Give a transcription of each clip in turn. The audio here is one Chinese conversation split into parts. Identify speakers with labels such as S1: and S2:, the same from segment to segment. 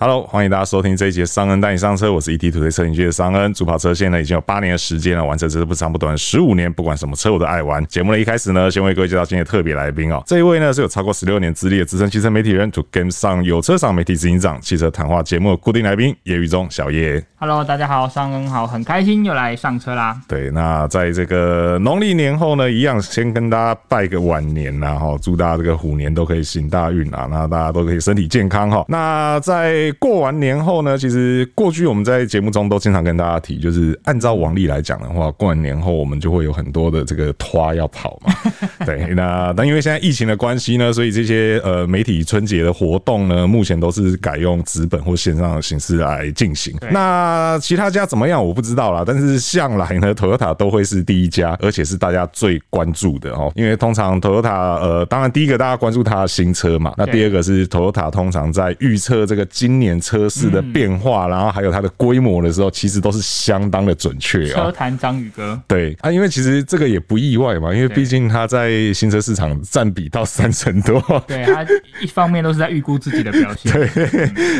S1: Hello，欢迎大家收听这一节商恩带你上车，我是 ET 土堆车影界的商恩。主跑车线呢已经有八年的时间了，玩车真是不长不短，十五年，不管什么车我都爱玩。节目的一开始呢，先为各位介绍今天的特别来宾哦，这一位呢是有超过十六年资历的资深汽车媒体人，To Game 上有车赏媒体执行长，汽车谈话节目的固定来宾叶玉中小叶。
S2: Hello，大家好，上恩好，很开心又来上车啦。
S1: 对，那在这个农历年后呢，一样先跟大家拜个晚年啦，哈，祝大家这个虎年都可以行大运啊，那大家都可以身体健康哈。那在过完年后呢，其实过去我们在节目中都经常跟大家提，就是按照往例来讲的话，过完年后我们就会有很多的这个花要跑嘛。 对，那但因为现在疫情的关系呢，所以这些呃媒体春节的活动呢，目前都是改用纸本或线上的形式来进行。那其他家怎么样我不知道啦，但是向来呢，Toyota 都会是第一家，而且是大家最关注的哦。因为通常 Toyota 呃，当然第一个大家关注它的新车嘛，那
S2: 对
S1: 第二个是 Toyota 通常在预测这个今年车市的变化，然后还有它的规模的时候，其实都是相当的准确哦
S2: 车。坛章鱼哥，
S1: 对啊，因为其实这个也不意外嘛，因为
S2: 对
S1: 毕竟它在新车市场占比到三成多，
S2: 对他一方面都是在预估自己的表 现，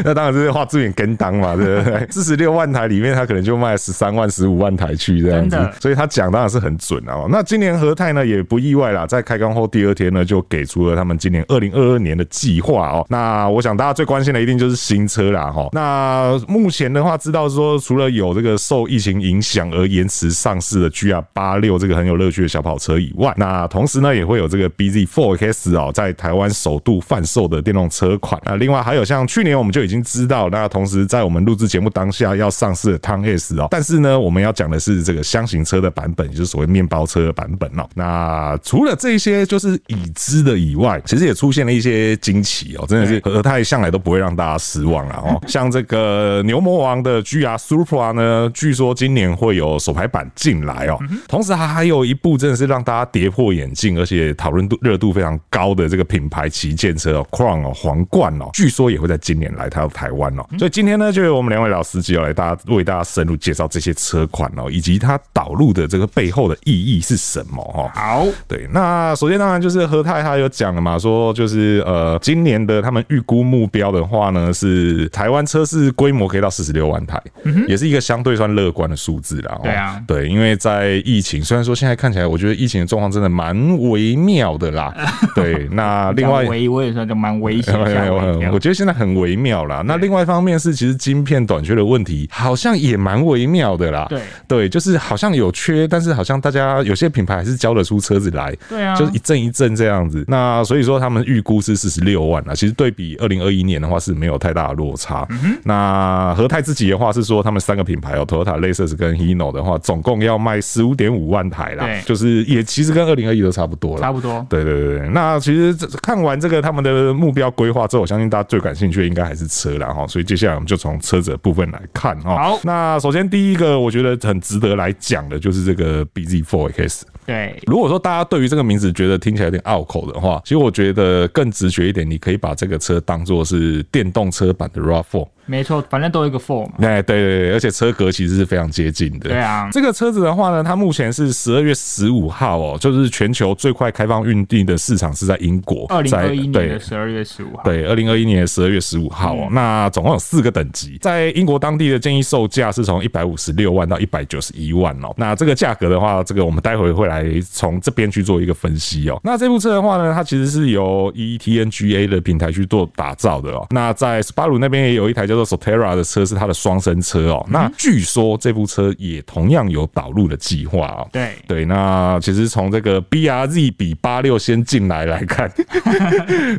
S1: 那当然是画资源跟当嘛，对 不对？四十六万台里面，它可能就卖十三万、十五万台去这样子
S2: 真的，
S1: 所以他讲当然是很准啊。那今年和泰呢也不意外啦，在开工后第二天呢，就给出了他们今年二零二二年的计划哦。那我想大家最关心的一定就是新车啦哈。那目前的话，知道说除了有这个受疫情影响而延迟上市的 GR 八六这个很有乐趣的小跑车以外，那同时呢也会有这个 BZ Four X 哦，在台湾首度贩售的电动车款。那另外还有像去年我们就已经知道，那同时在我们录制节目当下要上市的 t a n S 哦，但是呢我们要讲的是这个箱型车的版本，也就是所谓面包车的版本哦。那除了这些就是已知的以外，其实也出现了一些惊奇哦，真的是和泰向来都不会让大家失望啊哦。像这个牛魔王的 GR Supra 啊呢，据说今年会有手排版进来哦。同时，它还有一部真的是让大家跌破眼镜，而且讨论度热度非常高的这个品牌旗舰车哦，Crown 哦，皇冠哦，据说也会在今年来到台湾哦。所以今天呢，就由我们两位老司机哦，来大家为大家深入介绍这些车款哦，以及它导入的这个背后的意义是什么哦。
S2: 好，
S1: 对，那首先当然就是和泰他有讲了嘛，说就是呃，今年的他们预估目标的话呢，是台湾车市规模可以到四十六万台，也是一个相对算乐观的数字啦。哦
S2: 对啊
S1: 对，因为在疫情，虽然说现在看起来，我觉得疫情的状况真的蛮微妙的啦。对，那另外
S2: 讲。微我也说就蛮危 险，
S1: 没有
S2: 吓
S1: 没有
S2: 我一
S1: 没有
S2: 跳
S1: 我。觉得现在很微妙啦。那另外一方面是，其实晶片短缺的问题好像也蛮微妙的啦。
S2: 对
S1: 对，就是好像有缺，但是好像大家有些品牌还是交得出车子来。
S2: 对啊，
S1: 就是一阵一阵这样子。那所以说他们预估是四十六万啊，其实对比二零二一年的话是没有太大的落差。
S2: 嗯
S1: 那和泰自己的话是说，他们三个品牌哦，Toyota、Lexus 跟 Hino 的话，总共要卖十五点五万台啦
S2: 对，
S1: 就是也其实跟二零二一都差不多
S2: 差
S1: 了。
S2: 不多。
S1: 对对对对，那其实这看完这个他们的目标规划之后，我相信大家最感兴趣的应该还是车啦哈，所以接下来我们就从车子的部分来看哈。
S2: 好
S1: 那首先第一个我觉得很值得来讲的就是这个 BZ4X。
S2: 对，
S1: 如果说大家对于这个名字觉得听起来有点拗口的话，其实我觉得更直觉一点，你可以把这个车当做是电动车版的 RAV4。
S2: 没错，反正都有一个 four 嘛。
S1: 哎，对对对，而且车格其实是非常接近的。
S2: 对啊，
S1: 这个车子的话呢，它目前是十二月十五号哦，就是全球最快开放运定的市场是在英国，
S2: 二零
S1: 在
S2: 二一年
S1: 对
S2: 的十二月十五号。
S1: 对，二零二一年十二月十五号哦，那总共有四个等级，在英国当地的建议售价是从一百五十六万到一百九十一万哦。那这个价格的话，这个我们待会会来从这边去做一个分析哦。那这部车的话呢，它其实是由 E ETNGA 的平台去做打造的哦。那在斯巴鲁那边也有一台叫做 Sotera 的车，是它的双生车哦。那据说这部车也同样有导入的计划哦。
S2: 对
S1: 对，那其实从这个 BRZ 比八六先进来来 看，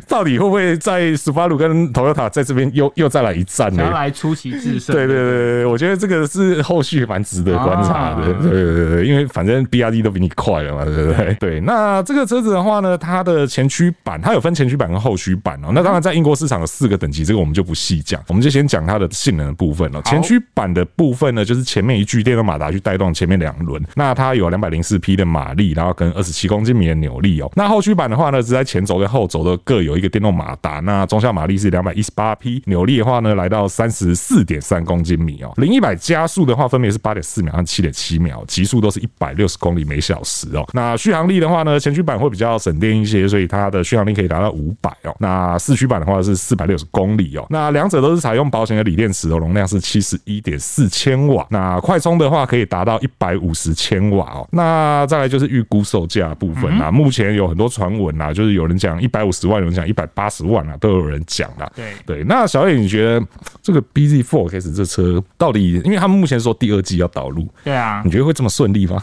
S1: 到底会不会在斯巴鲁跟 Toyota 在这边又又再来一战
S2: 想要
S1: 呢？
S2: 来出奇制胜。
S1: 对对对对，我觉得这个是后续蛮值得观察的。
S2: 啊
S1: 对对对对，因为反正 B R D 都比你快了嘛，对不对？对，那这个车子的话呢，它的前驱版它有分前驱版跟后驱版哦。那当然，在英国市场有四个等级，这个我们就不细讲，我们就先讲它的性能的部分哦。前驱版的部分呢，就是前面一具电动马达去带动前面两轮，那它有两百零四匹的马力，然后跟二十七公斤米的扭力哦。那后驱版的话呢，是在前轴跟后轴都各有一个电动马达，那中下马力是两百一十八匹，扭力的话呢，来到三十四点三公斤米哦。零一百加速的话，分别是八点四秒和七点七秒，极速都是一百六十公里每小时哦。那续航力的话呢，前驱版会比较省电一些，所以它的续航力可以达到五百哦。那四驱版的话是四百六十公里哦。那两者都是采用保保险的锂电池的容量是七十一点四千瓦，那快充的话可以达到一百五十千瓦哦。那再来就是预估售价的部分啊，目前有很多传闻啊，就是有人讲一百五十万，有人讲一百八十万啊，都有人讲啦。
S2: 对
S1: 对，那小野，你觉得这个 BZ Four X 这车到底，因为他们目前说第二季要导入，
S2: 对啊
S1: 你，觉得会这么顺利吗？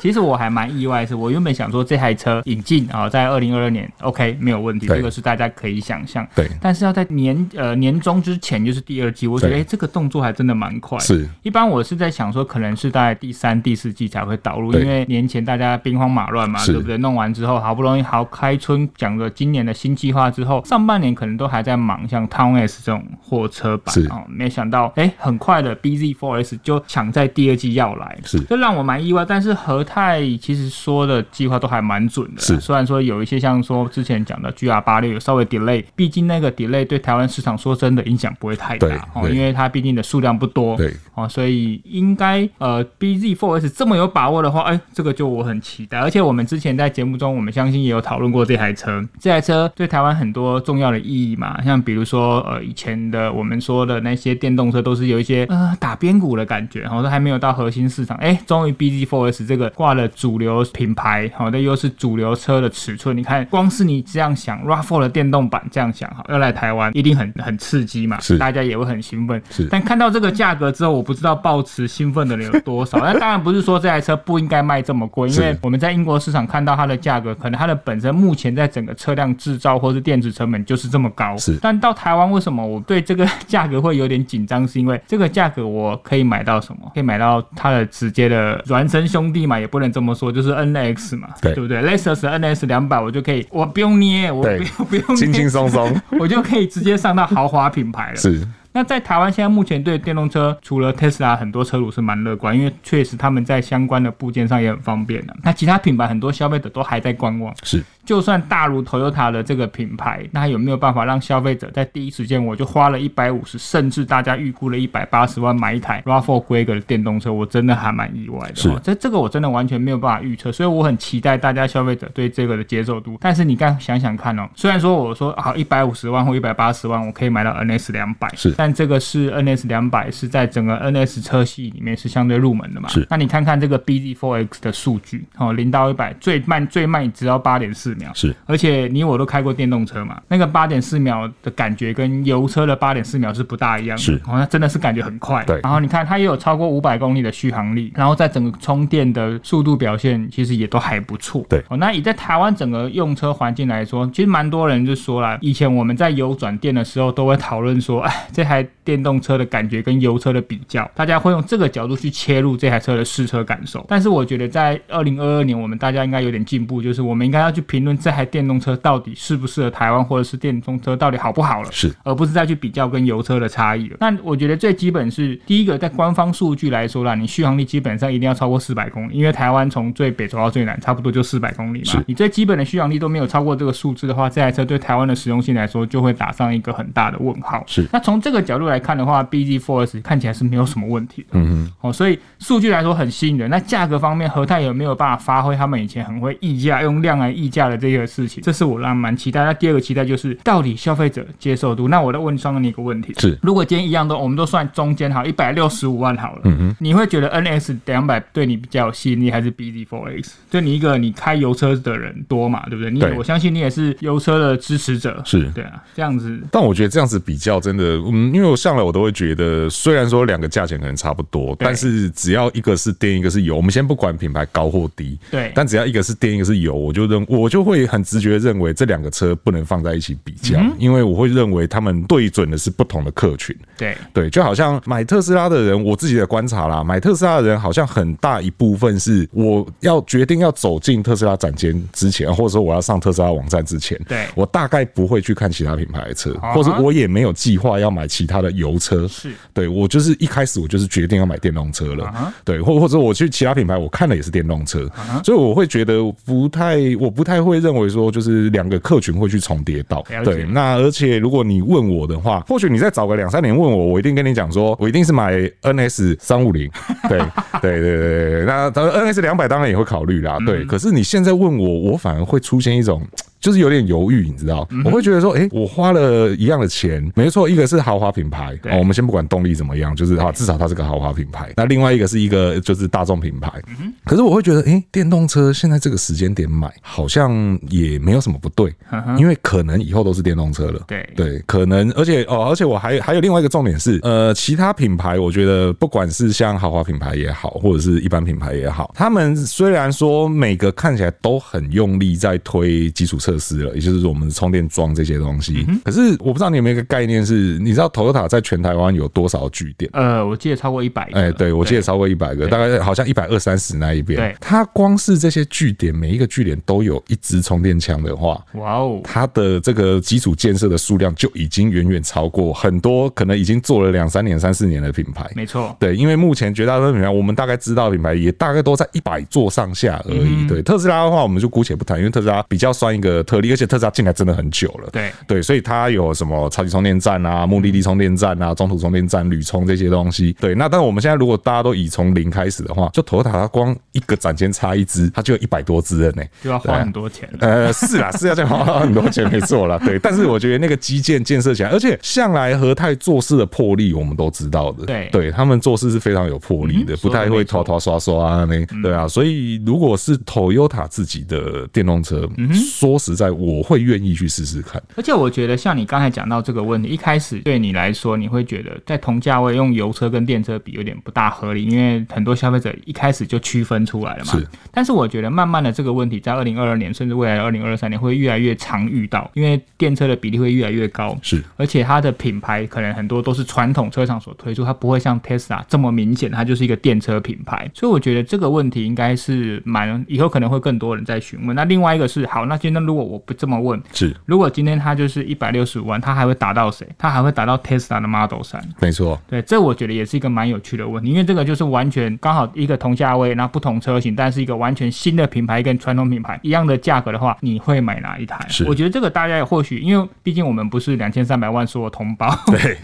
S2: 其实我还蛮意外的是，我原本想说这台车引进啊、在二零二二年 OK 没有问题，
S1: 对
S2: 这个是大家可以想象。
S1: 对
S2: 但是要在年呃年中之前，就是第二季，我觉得哎、
S1: 对
S2: 诶这个动作还真的蛮快。
S1: 是，
S2: 一般我是在想说，可能是在第三、第四季才会导入，
S1: 对
S2: 因为年前大家兵荒马乱嘛，
S1: 是
S2: 对不对？弄完之后，好不容易好开春，讲了今年的新计划之后，上半年可能都还在忙，像 Town S 这种货车版
S1: 是
S2: 哦，没想到哎、诶很快的 BZ4S 就抢在第二季要来，
S1: 是
S2: 这让我蛮意外。但是和泰其实说的计划都还蛮准的，
S1: 是
S2: 虽然说有一些像说之前讲的 GR 八六有稍微 delay，毕竟那个 delay 对台湾市场说真的影响不会太
S1: 对
S2: 大哦，
S1: 对
S2: 因为它毕竟的数量不多，
S1: 对
S2: 哦，所以应该呃，BZ4S 这么有把握的话，哎、这个就我很期待。而且我们之前在节目中，我们相信也有讨论过这台车，这台车对台湾很多重要的意义嘛，像比如说呃，以前的我们说的那些电动车都是有一些呃打边鼓的感觉，然、哦、后都还没有到核心市场，哎、终于 BZ4S 这个挂了主流品牌，好、哦，那又是主流车的尺寸，你看光是你这样想 RAV4 的电动版这样想，好，要来台湾一定很很刺激嘛，
S1: 是
S2: 大家也会很兴奋，
S1: 是
S2: 但看到这个价格之后，我不知道抱持兴奋的人有多 少。那当然不是说这台车不应该卖这么贵，因为
S1: 是
S2: 我们在英国市场看到它的价格，可能它的本身目前在整个车辆制造或是电子成本就是这么高。
S1: 是
S2: 但到台湾为什么我对这个价格会有点紧张？是因为这个价格我可以买到什么？可以买到它的直接的孪生兄弟嘛，也不能这么说，就是 NX 嘛，
S1: 对
S2: 不对？Lexus NS 两百我就可以，我不用捏，我不
S1: 对
S2: 用 不用
S1: 轻轻
S2: 捏，
S1: 松松
S2: 我就可以直接上到豪华品牌了。
S1: 是
S2: 那在台湾现在目前对电动车，除了 Tesla，很多车主是蛮乐观，因为确实他们在相关的部件上也很方便的、那其他品牌很多消费者都还在观望，
S1: 是
S2: 就算大如 Toyota 的这个品牌，那它有没有办法让消费者在第一时间我就花了一百五十，甚至大家预估了一百八十万买一台 RAV4 规格的电动车？我真的还蛮意外的、
S1: 是
S2: 哦，这这个我真的完全没有办法预测，所以我很期待大家消费者对这个的接受度。但是你刚想想看哦，虽然说我说好一百五十万或一百八十万，我可以买到 NS 两百，
S1: 是
S2: 但这个是 NS 两百是在整个 NS 车系里面是相对入门的嘛？
S1: 是
S2: 那你看看这个 BZ4X 的数据，哦，零到一百最慢最慢只要八点四秒，
S1: 是
S2: 而且你我都开过电动车嘛，那个八点四秒的感觉跟油车的八点四秒是不大一样的，
S1: 是
S2: 哦，那真的是感觉很快。
S1: 对
S2: 然后你看它也有超过五百公里的续航力，然后在整个充电的速度表现其实也都还不错。
S1: 对
S2: 哦，那以在台湾整个用车环境来说，其实蛮多人就说啦，以前我们在油转电的时候都会讨论说，哎，这台电动车的感觉跟油车的比较，大家会用这个角度去切入这台车的试车感受。但是我觉得在二零二二年，我们大家应该有点进步，就是我们应该要去评论这台电动车到底适不适合台湾，或者是电动车到底好不好了。
S1: 是
S2: 而不是再去比较跟油车的差异了。那我觉得最基本是第一个，在官方数据来说啦，你续航力基本上一定要超过四百公里，因为台湾从最北走到最南，差不多就四百公里嘛
S1: 是。
S2: 你最基本的续航力都没有超过这个数字的话，这台车对台湾的实用性来说就会打上一个很大的问号。
S1: 是
S2: 那从这个角度来看的话，BZ4S 看起来是没有什么问题的。
S1: 嗯
S2: 哦，所以数据来说很吸引人。那价格方面，和泰有没有办法发挥他们以前很会议价、用量来议价的这个事情？这是我让蛮期待。那第二个期待就是，到底消费者接受度？那我再问双你一个问题：
S1: 是
S2: 如果今天一样都，我们都算中间好，一百六十五万好了，
S1: 嗯哼
S2: 你会觉得 NS 两百对你比较有吸引力，还是 BZ4X？就你一个你开油车的人多嘛，对不对？你也
S1: 对
S2: 我相信你也是油车的支持者，
S1: 是
S2: 对啊，这样子
S1: 但我觉得这样子比较真的，嗯，因为我上来我都会觉得，虽然说两个价钱可能差不多，但是只要一个是电，一个是油，我们先不管品牌高或低，
S2: 对
S1: 但只要一个是电，一个是油，我就认我就会很直觉地认为这两个车不能放在一起比较，因为我会认为他们对准的是不同的客群。
S2: 对
S1: 对，就好像买特斯拉的人，我自己的观察啦，买特斯拉的人好像很大一部分是我要决定要走进特斯拉展间之前，或者说我要上特斯拉网站之前，
S2: 对
S1: 我大概不会去看其他品牌的车，
S2: 啊哈
S1: 或者我也没有计划要买其他的油车，
S2: 是
S1: 对我就是一开始我就是决定要买电动车了
S2: 啊哈啊
S1: 对，或或者我去其他品牌我看了也是电动车所以我会觉得不太，我不太会认为说就是两个客群会去重叠到
S2: 了，解
S1: 对，那而且如果你问我的话，或许你再找个两三年问我，我一定跟你讲说，我一定是买 NS 三五零。对对对
S2: 嗯
S1: 对对，那当然 NS 两百当然也会考虑啦。对，可是你现在问我，我反而会出现一种。就是有点犹豫，你知道，
S2: 嗯
S1: 我会觉得说，哎、我花了一样的钱，没错，一个是豪华品牌，
S2: 对
S1: 哦，我们先不管动力怎么样，就是啊，至少它是个豪华品牌。那另外一个是一个就是大众品牌，
S2: 嗯
S1: 可是我会觉得，哎、电动车现在这个时间点买，好像也没有什么不对，
S2: 嗯哼
S1: 因为可能以后都是电动车了。
S2: 对
S1: 对，可能而且哦，而且我还还有另外一个重点是，
S2: 嗯
S1: 呃，其他品牌我觉得不管是像豪华品牌也好，或者是一般品牌也好，他们虽然说每个看起来都很用力在推基础设施了，也就是我们充电桩这些东西，
S2: 嗯
S1: 可是我不知道你有没有一个概念是，你知道 Toyota 在全台湾有多少据点？
S2: 呃，我记得超过一百个。
S1: 哎、对，我记得超过一百个，大概好像一百二三十那一边
S2: 对。
S1: 它光是这些据点，每一个据点都有一支充电枪的话，
S2: 哇哦，
S1: 它的这个基础建设的数量就已经远远超过很多可能已经做了两三年、三四年的品牌。
S2: 没错，
S1: 对，因为目前绝大部分品牌，我们大概知道的品牌也大概都在一百座上下而已。
S2: 嗯
S1: 对，特斯拉的话，我们就姑且不谈，因为特斯拉比较算一个特例，而且特斯拉进来真的很久了。
S2: 对
S1: 对，所以它有什么超级充电站啊、目的地充电站啊、中途充电站、旅充这些东西。对，那但我们现在如果大家都以从零开始的话，就 Toyota 它光一个展间插一支，它就有一百多支了呢、
S2: 就要
S1: 对
S2: 花
S1: 啊
S2: 很多钱了。
S1: 呃，是啦，是要这样 花很多钱，没错啦，对。但是我觉得那个基建建设起来，而且向来和泰做事的魄力，我们都知道的，
S2: 对
S1: 他们做事是非常有魄力的，
S2: 嗯
S1: 不太
S2: 说得
S1: 会
S2: 没
S1: 拖
S2: 错嗯
S1: 拖刷刷啊，那、对啊。所以如果是 Toyota 自己的电动车，
S2: 嗯
S1: 说实在，我会愿意去试试看。
S2: 而且我觉得，像你刚才讲到这个问题，一开始对你来说，你会觉得在同价位用油车跟电车比有点不大合理，因为很多消费者一开始就区分出来了嘛。
S1: 是。
S2: 但是我觉得，慢慢的这个问题在二零二二年，甚至未来二零二三年会越来越常遇到，因为电车的比例会越来越高。
S1: 是
S2: 而且它的品牌可能很多都是传统车厂所推出，它不会像 Tesla 这么明显，它就是一个电车品牌。所以我觉得这个问题应该是蛮以后可能会更多人在询问。那另外一个是，好，那今天如果我不这么问，
S1: 是，
S2: 如果今天它就是一百六十五万，它还会打到谁？它还会打到 Tesla 的 Model 三。
S1: 没错，
S2: 对，这我觉得也是一个蛮有趣的问题，因为这个就是完全刚好一个同价位，然后不同车型，但是一个完全新的品牌跟传统品牌一样的价格的话，你会买哪一台
S1: 是？
S2: 我觉得这个大家也或许，因为毕竟我们不是两千三百万所有同 胞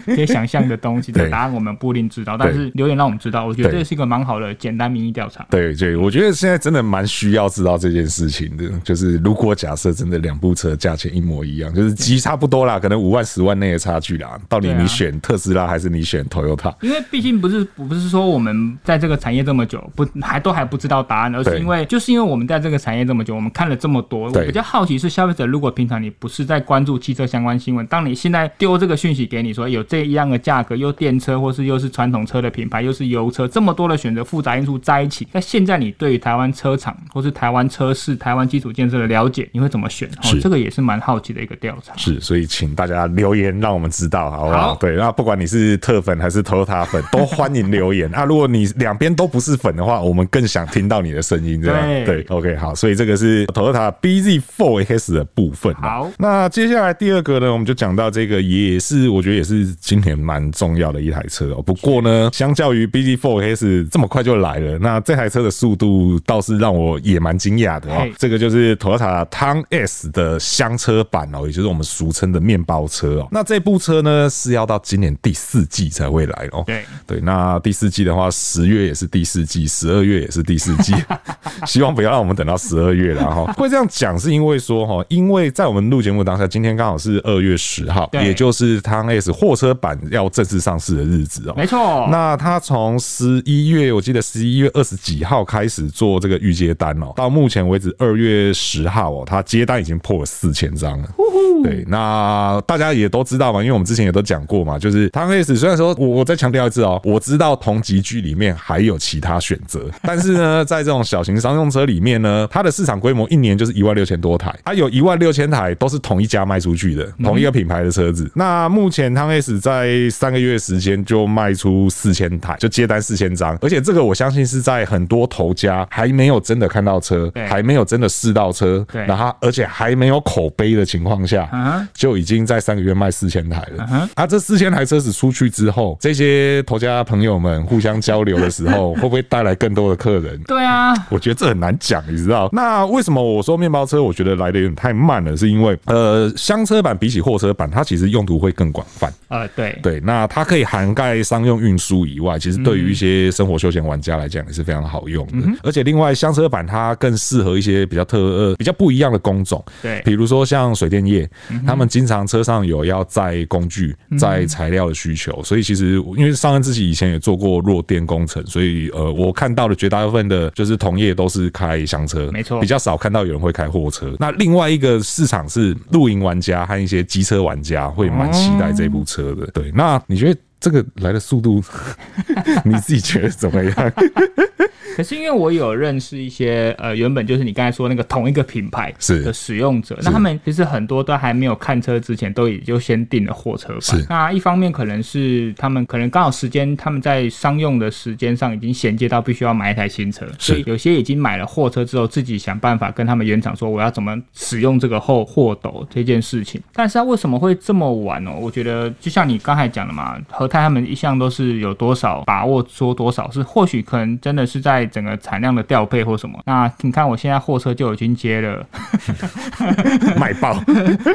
S2: 可以想象的东西，这
S1: 对
S2: 个答案我们不一定知道，但是留言让我们知道，我觉得
S1: 对
S2: 这是一个蛮好的简单民意调查。
S1: 对对，我觉得现在真的蛮需要知道这件事情的。就是如果假设真的两部车价钱一模一样，就是几差不多啦，可能五万、十万内的差距啦，到底
S2: 对啊
S1: 你选特斯拉还是你选 Toyota？
S2: 因为毕竟不是不是说我们在这个产业这么久，不还都还不知道答案，而
S1: 对
S2: 是因为就是因为我们在这个产业这么久，我们看了这么多，我
S1: 对
S2: 比较好奇是消费者如果平常你不是在关注汽车相关新闻，当你现在丢这个讯息给你说有这一样的价格，又电车或是又是传统车的品牌，又是油车，这么多的选择复杂因素在一起，那现在你对于台湾车厂或是台湾车市、台湾基础建设的了解，你会怎么选？哦
S1: 是，
S2: 这个也是蛮好奇的一个调查。
S1: 是，所以请大家留言让我们知道，好不好？
S2: 好
S1: 对，那不管你是特粉还是 Toyota 粉，都欢迎留言。 啊，如果你两边都不是粉的话，我们更想听到你的声音，这样
S2: 对
S1: 对。OK，好，所以这个是 Toyota BZ4X 的部分啊。
S2: 好
S1: 那接下来第二个呢，我们就讲到这个，也是我觉得也是今年蛮重要的一台车哦。不过呢，相较于 BZ4X 这么快就来了，那这台车的速度倒是让我也蛮惊讶的哦
S2: 嘿。
S1: 这个就是 Toyota Town S 的厢车版哦，也就是我们俗称的面包车哦。那这部车呢是要到今年第四季才会来哦。
S2: 对
S1: 对，那第四季的话，十月也是第四季，十二月也是第四季，希望不要让我们等到十二月了哈。会这样讲是因为说哈，因为在我们录节目当下，今天刚好是二月十号，
S2: 对
S1: 也就是汤 S 货车版要正式上市的日子哦。
S2: 没错。
S1: 那他从十一月，我记得十一月二十几号开始做这个预接单哦，到目前为止二月十号哦，他接单已经破了四千张了。
S2: 嗯
S1: 对，那大家也都知道嘛，因为我们之前也都讲过嘛，就是汤 S 虽然说我我再强调一次哦，我知道同级距里面还有其他选 择，但是呢，在这种小型商用车里面呢，它的市场规模一年就是一万六千多台，它有一万六千台都是同一家卖出去的，
S2: 嗯
S1: 同一个品牌的车子。那目前汤 S 在三个月时间就卖出四千台，就接单四千张，而且这个我相信是在很多头家还没有真的看到车，
S2: 对
S1: 还没有真的试到车，
S2: 对
S1: 然后而且还没有口碑的情况下，
S2: 嗯哼
S1: 就已经在三个月卖四千台
S2: 嗯
S1: 了
S2: 哼。
S1: 啊，这四千台车子出去之后，这些头家朋友们互相交流的时候，会不会带来更多的客人？
S2: 对啊，
S1: 我觉得这很难讲，你知道？那为什么我说面包车我觉得来的有点太慢了？是因为呃，厢车版比起货车版，它其实用途会更广泛。
S2: 呃，对，
S1: 对，那它可以涵盖商用运输以外，其实对于一些生活休闲玩家来讲也是非常好用的。而且另外，厢车版它更适合一些比较特呃比较不一样的工工种，
S2: 对
S1: 比如说像水电业，
S2: 嗯
S1: 他们经常车上有要载工具、载材料的需求，所以其实因为上恩自己以前也做过弱电工程，所以呃，我看到的绝大部分的就是同业都是开厢车，
S2: 没错
S1: 比较少看到有人会开货车。那另外一个市场是露营玩家和一些机车玩家会蛮期待这部车
S2: 哦
S1: 的。对，那你觉得？这个来的速度， 你自己觉得怎么样？
S2: 可是因为我有认识一些呃，原本就是你刚才说那个同一个品牌
S1: 是
S2: 的使用者，那他们其实很多都还没有看车之前，都已经先订了货车
S1: 是
S2: 版。那一方面可能是他们可能刚好时间他们在商用的时间上已经衔接到必须要买一台新车，所以有些已经买了货车之后，自己想办法跟他们原厂说我要怎么使用这个后货斗这件事情。但是它啊为什么会这么晚哦？我觉得就像你刚才讲的嘛，和泰他们一向都是有多少把握说多少是，或许可能真的是在整个产量的调配或什么。那你看我现在货车就已经接了。
S1: 卖爆，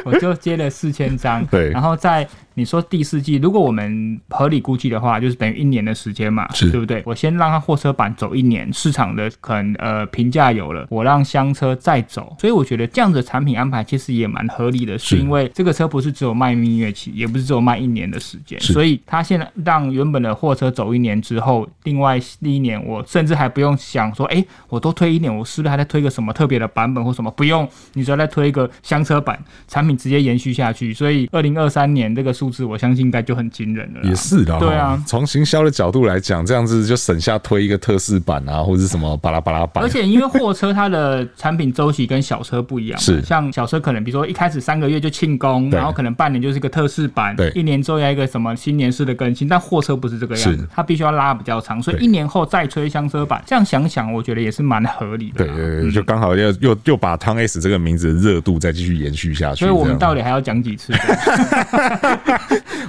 S2: 我就接了四千张。
S1: 对
S2: 然后在你说第四季，如果我们合理估计的话，就是等于一年的时间嘛，
S1: 是
S2: 对不对？我先让它货车版走一年，市场的可能呃评价有了，我让厢车再走。所以我觉得这样子的产品安排其实也蛮合理的，是
S1: 是
S2: 因为这个车不是只有卖蜜月期，也不是只有卖一年的时间，
S1: 是
S2: 所以它现在让原本的货车走一年之后，另外第一年我甚至还不用想说，哎，我都推一年，我是不是还在推个什么特别的版本或什么？不用，你只要再推一个厢车版，产品直接延续下去。所以二零二三年这个数字，我相信应该就很惊人了啦。
S1: 也是的，
S2: 对啊
S1: 从行销的角度来讲，这样子就省下推一个特仕版啊，或者是什么巴拉巴拉版，
S2: 而且因为货车它的产品周期跟小车不一样嘛，
S1: 是
S2: 像小车可能比如说一开始三个月就庆功，
S1: 对
S2: 然后可能半年就是一个特仕版，
S1: 对
S2: 一年之后要一个什么新年式的更新，但货车不是这个样
S1: 是
S2: 子，它必须要拉比较长，所以
S1: 对
S2: 一年后再吹厢车版，这样想想我觉得也是蛮合理的
S1: 对
S2: 啦。
S1: 对对，就刚好要又又把汤 S 这个名字的热度再继续延续下去。
S2: 所以我们
S1: 这样
S2: 到底还要讲几次？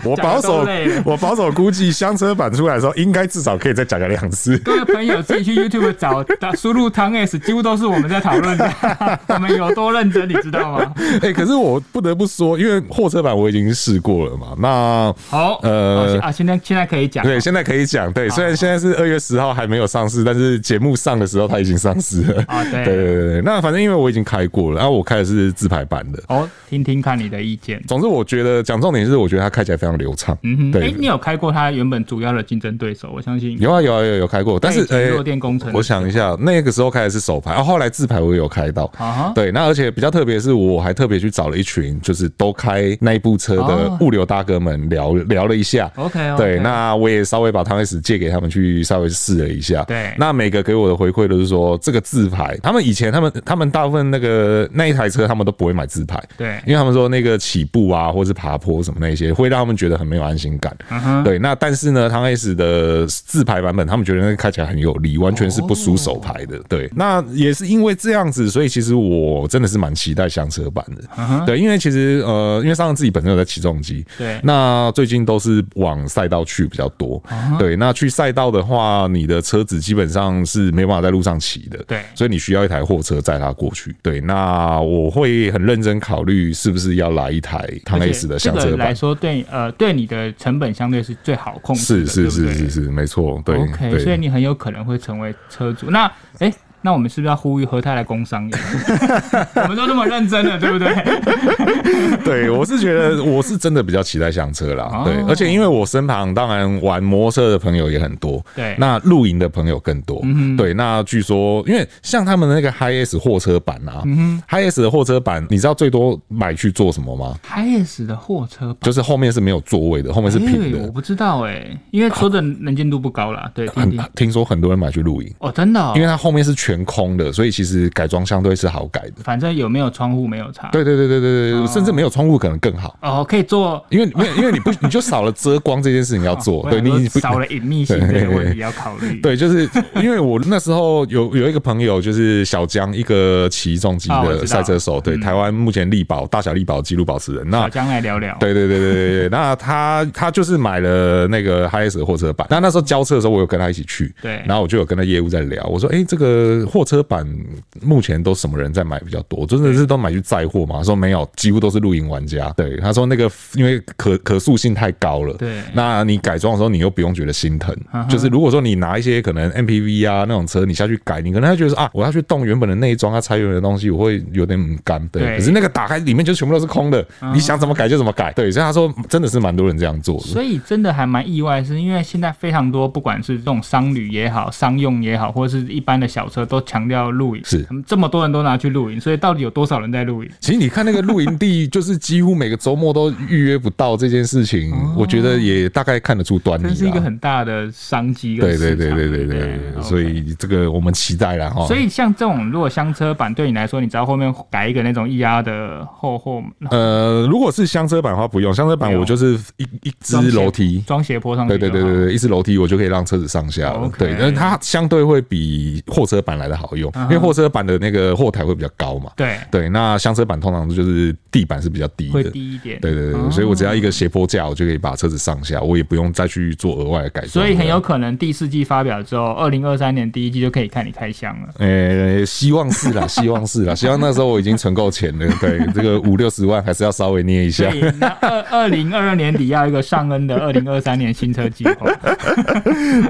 S1: 我保守
S2: 讲得都累了
S1: 我保守估计香车版出来的时候，应该至少可以再讲个两 次。
S2: 各位朋友自己去 YouTube 找，打输入汤 S，几乎都是我们在讨 论的，我们有多认真，你知道吗？
S1: 哎、可是我不得不说，因为货车版我已经试过了嘛， 那
S2: 好，
S1: 呃
S2: 哦啊，现在现在可以讲，
S1: 对，现在可以讲。对，
S2: 啊
S1: 虽然现在是二月十号还没有上市，但是节目上的时候它已经上市了。
S2: 啊对
S1: 对对对，那反正因为我已经开过了，然后我开的是自排版的。
S2: 哦，听听看你的意见。
S1: 总之，我觉得讲重点是，我觉得它开起来非常流畅。
S2: 嗯哼，哎、
S1: 对，
S2: 你有开过它原本主要的竞争对手？我相信
S1: 有啊有啊有有开过，但是
S2: 哎
S1: 哎
S2: 弱电工程的
S1: 我想一下，那个时候开的是手牌，啊，后来自牌我也有开到。
S2: 啊哈
S1: 对，那而且比较特别是，我还特别去找了一群就是都开那一部车的
S2: 哦
S1: 物流大哥们聊、聊了一下。
S2: OK，OK
S1: 对，那我也稍微把汤开始借给他们去稍微试了一下。
S2: 对
S1: 那每个给我的回馈都是说这个自排，他们以前他们他们大部分那个那一台车他们都不会买自排，
S2: 对
S1: 因为他们说那个起步啊，或是爬坡什么那些，会让他们觉得很没有安心感。对，那但是呢，汤 S 的自排版本，他们觉得那个开起来很有力，完全是不输手排的。对，那也是因为这样子，所以其实我真的是蛮期待香车版的。对，因为其实呃，因为上次自己本身有在起重机，
S2: 对
S1: 那最近都是往赛道去比较多。
S2: 嗯
S1: 对，那去赛道的话，你的车子基本上是没有办法在路上骑的。
S2: 对
S1: 所以你需要一台货车载它过去。对，那我会很认真考虑是不是要来一台汤
S2: 而
S1: S
S2: 且
S1: 的
S2: 这
S1: 香车
S2: 个来
S1: 版。
S2: 说对呃对你的成本相对是最好控
S1: 是
S2: 制的，
S1: 是
S2: 对
S1: 是
S2: 不对
S1: 是是，没错，对
S2: OK，所以
S1: 对。
S2: 你很有可能会成为车主。那哎、那我们是不是要呼吁和泰来工商业？我们都那么认真了，对不对？
S1: 对，我是觉得我是真的比较期待香车啦
S2: 哦。
S1: 对，而且因为我身旁当然玩摩托车的朋友也很多，
S2: 对
S1: 那露营的朋友更多。
S2: 嗯
S1: 对，那据说因为像他们的那个 Hi S 货车版啊，Hi
S2: 嗯
S1: S 的货车版，你知道最多买去做什么吗？
S2: 开 S 的货车版。
S1: 就是后面是没有座位的，后面是
S2: 哎
S1: 平的
S2: 我。不知道哎、因为说的能见度不高啦。哎对，听
S1: 很
S2: 听
S1: 听说很多人买去露营。
S2: 哦，真的、哦，
S1: 因为它后面是全空的，所以其实改装相对是好改的。
S2: 反正有没有窗户没有差。
S1: 对对对对对对，甚至没有窗户可能更好，
S2: 哦，可以做
S1: 因为没有，因为你不你就少了遮光这件事情要做，
S2: 我
S1: 对
S2: 想说
S1: 你不
S2: 少了隐秘性这个问题要考虑。
S1: 对，就是因为我那时候有有一个朋友，就是小江，一个骑重机
S2: 啊我
S1: 的
S2: 知道
S1: 赛车手，对，台湾目前力保大小力保纪录保持人。那
S2: 好，将来聊聊。
S1: 对对对对对对，那他他就是买了那个 h i S 的货车版。那那时候交车的时候，我有跟他一起去，
S2: 对
S1: 然后我就有跟他业务在聊，我说，哎、这个个货车版目前都什么人在买比较多？真的是都买去载货吗？他说没有，几乎都是露营玩家。对，他说那个因为可可塑性太高了，
S2: 对
S1: 那你改装的时候你又不用觉得心疼
S2: 嗯哼，
S1: 就是如果说你拿一些可能 MPV 啊那种车你下去改，你可能会觉得说啊，我要去动原本的内装啊，拆原本的东西，我会有点嗯干。
S2: 对
S1: 对，可是那个打开里面就全部都是空的，
S2: 啊
S1: 你想怎么改就怎么改。对，所以他说真的是蛮多人这样做的。
S2: 所以真的还蛮意外，是因为现在非常多，不管是这种商旅也好、商用也好，或者是一般的小车，都强调露营。
S1: 是
S2: 他们这么多人都拿去露营，所以到底有多少人在露营？
S1: 其实你看那个露营地，就是几乎每个周末都预约不到这件事情，我觉得也大概看得出端倪
S2: 哦真是一个
S1: 啦。
S2: 很大的商机跟
S1: 对啊对
S2: 市
S1: 对
S2: 场。
S1: 对对
S2: 对不
S1: 对，
S2: OK
S1: 所以哦这个我们期待了哈。
S2: 所以像这种如果厢车版对你来说，你只要后面改一个那种 ER 的后后
S1: 呃，如果是厢车版的话不用，厢车版我就是一一只
S2: 装斜
S1: 楼梯。
S2: 装斜坡上去
S1: 对
S2: 就
S1: 对
S2: 好，哦
S1: 对对对，一只楼梯我就可以让车子上下了。
S2: OK
S1: 对，但它相对会比货车版来的好
S2: 啊
S1: 用，因为货车版的那个后台会比较高嘛。
S2: 对
S1: 对，那厢车版通常就是地板是比较低
S2: 会
S1: 的，
S2: 低一哦点。
S1: 对对对，所以我只要一个斜坡架，我就可以把车子上下，我也不用再去做额外的改装。
S2: 所以很有可能第四季发表之后，二零二三年第一季就可以看你开箱了。
S1: 呃、希望是 啦，希望是啦，希望那时候我已经存够钱了。对，这个五六十万还是啊要稍微捏一
S2: 所
S1: 下。
S2: 以那二二零二二年底要一个上恩的二零二三年新车计 划。
S1: 啊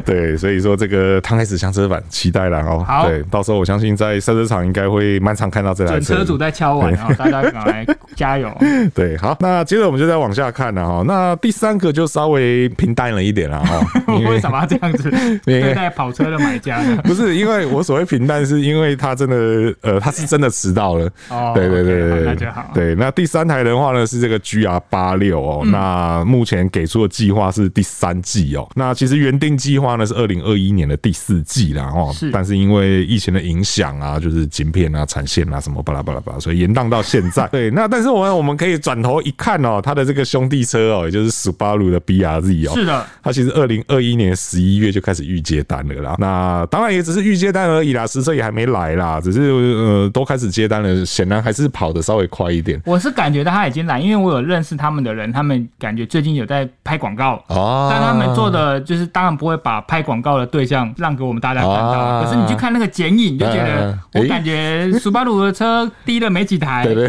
S1: 对，所以说这个汤开始厢车版期待了哦。
S2: 好
S1: 对，到时候我相信在赛车场应该会蛮常看到这台
S2: 准
S1: 车。
S2: 车主在敲碗，然后大家赶来加油。
S1: 对，好，那接着我们就再往下看了哈。那第三个就稍微平淡了一点哦了哈， 因
S2: 为
S1: 为
S2: 什么要这样 子对待跑车的买家呢？
S1: 不是因为我所谓平淡，是因为他真的呃，他是真的迟到了。
S2: 哦，
S1: 对对
S2: OK，
S1: 对对
S2: 好那
S1: 对
S2: 就好。，嗯
S1: 对，那第三台的话呢是这个 GR 八六哦，那目前给出的计划是第三季哦，那其实原定计划呢是二零二一年的第四季啦哦
S2: 是，
S1: 但是因为疫情的影响啊，就是晶片啊、产线啊什么巴拉巴拉巴拉，所以延宕到现 在。对，那但是我们我们可以转头一看哦，它的这个兄弟车哦，也就是 Subaru 的 BRZ 哦，
S2: 是的，
S1: 它其实二零二一年十一月就开始预接单了啦。那当然也只是预接单而已啦，实车也还没来啦，只是呃都开始接单了，显然还是跑得稍微快一点
S2: 我是感觉到他已经来，因为我有认识他们的人，他们感觉最近有在拍广告。
S1: 哦
S2: 但他们做的就是，当然不会把拍广告的对象让给我们大家看到。
S1: 啊
S2: 可是你去看那个剪影，你就觉得
S1: 嗯
S2: 我
S1: 诶
S2: 感觉斯巴鲁的车低了没几台，
S1: 对对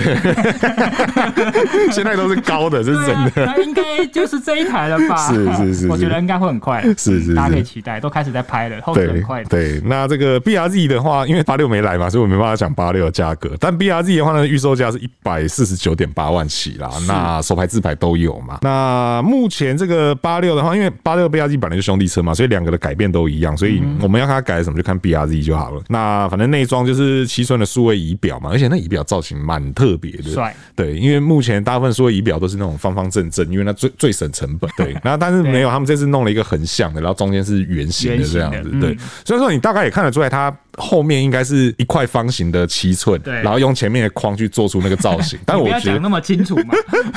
S1: 对 现在都是高的，这是
S2: 对
S1: 真
S2: 啊
S1: 的。，
S2: 那应该就是这一台了吧？
S1: 是是是
S2: 我觉
S1: 是
S2: 得应该会很快，
S1: 是是
S2: 大家可以
S1: 是
S2: 期待，都开始在拍了，后续很
S1: 对
S2: 快的。
S1: 对，那这个 B R Z 的话，因为八六没来嘛，所以我没办法讲八六的价格。但 B R Z 的话呢，预售价是一百四十九点八万起啦，那手牌、自牌都有嘛。那目前这个八六的话，因为八六 B R Z 本来就是兄弟车嘛，所以两个的改变都一
S2: 嗯
S1: 样，所以我们要看它改什么就看 B R Z 就好了。那反正内装就是七寸的数位仪表嘛，而且那仪表造型蛮特别的，
S2: 帅
S1: 对，因为目前大部分所有仪表都是那种方方正正，因为它最最省成本。 对，然后但是没有，他们这次弄了一个横向的，然后中间是圆形的这样
S2: 圆
S1: 子
S2: 形。的
S1: 对
S2: 嗯，
S1: 所以说你大概也看得出来，它后面应该是一块方形的七寸，
S2: 对
S1: 然后用前面的框去做出那个造型。但
S2: 你
S1: 我
S2: 不要
S1: 觉
S2: 讲
S1: 得
S2: 那么清楚嘛，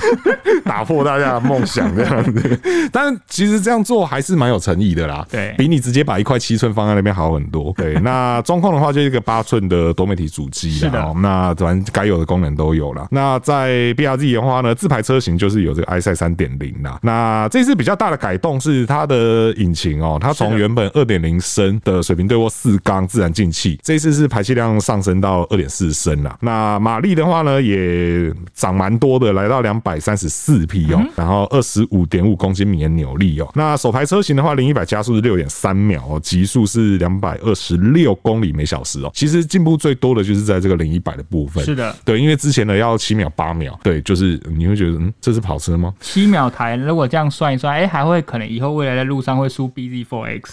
S1: 打破大家的梦想这样 子，但其实这样做还是蛮有诚意的啦。
S2: 对
S1: 比你直接把一块七寸放在那边好很多。对，那状况的话就是一个八寸的多媒体主机啦，
S2: 是的
S1: 哦那反正该有的功能都有啦。那在 BRZ 的话呢，自排车型就是有这个 i 赛三点零啦。那这次比较大的改动是它的引擎哦，它
S2: 是
S1: 从
S2: 的
S1: 原本二点零升的水平对卧四缸自然进气，这次是排气量上升到二点四升啦。那马力的话呢，也涨蛮多的，来到两百三十四匹
S2: 嗯
S1: 哦，然后二十五点五公斤米的扭力哦。那首排车型的话，零一百加速是六点三秒哦，极速是两百二十六公里每小时哦。其实进步最多的就是在这个零一百的部分。
S2: 是的
S1: 对，因为之前的要七秒八秒，对，就是你会觉得嗯，这是跑车吗？
S2: 七秒台，如果这样算一算，哎、还会可能以后未来在路上会输 BZ4X，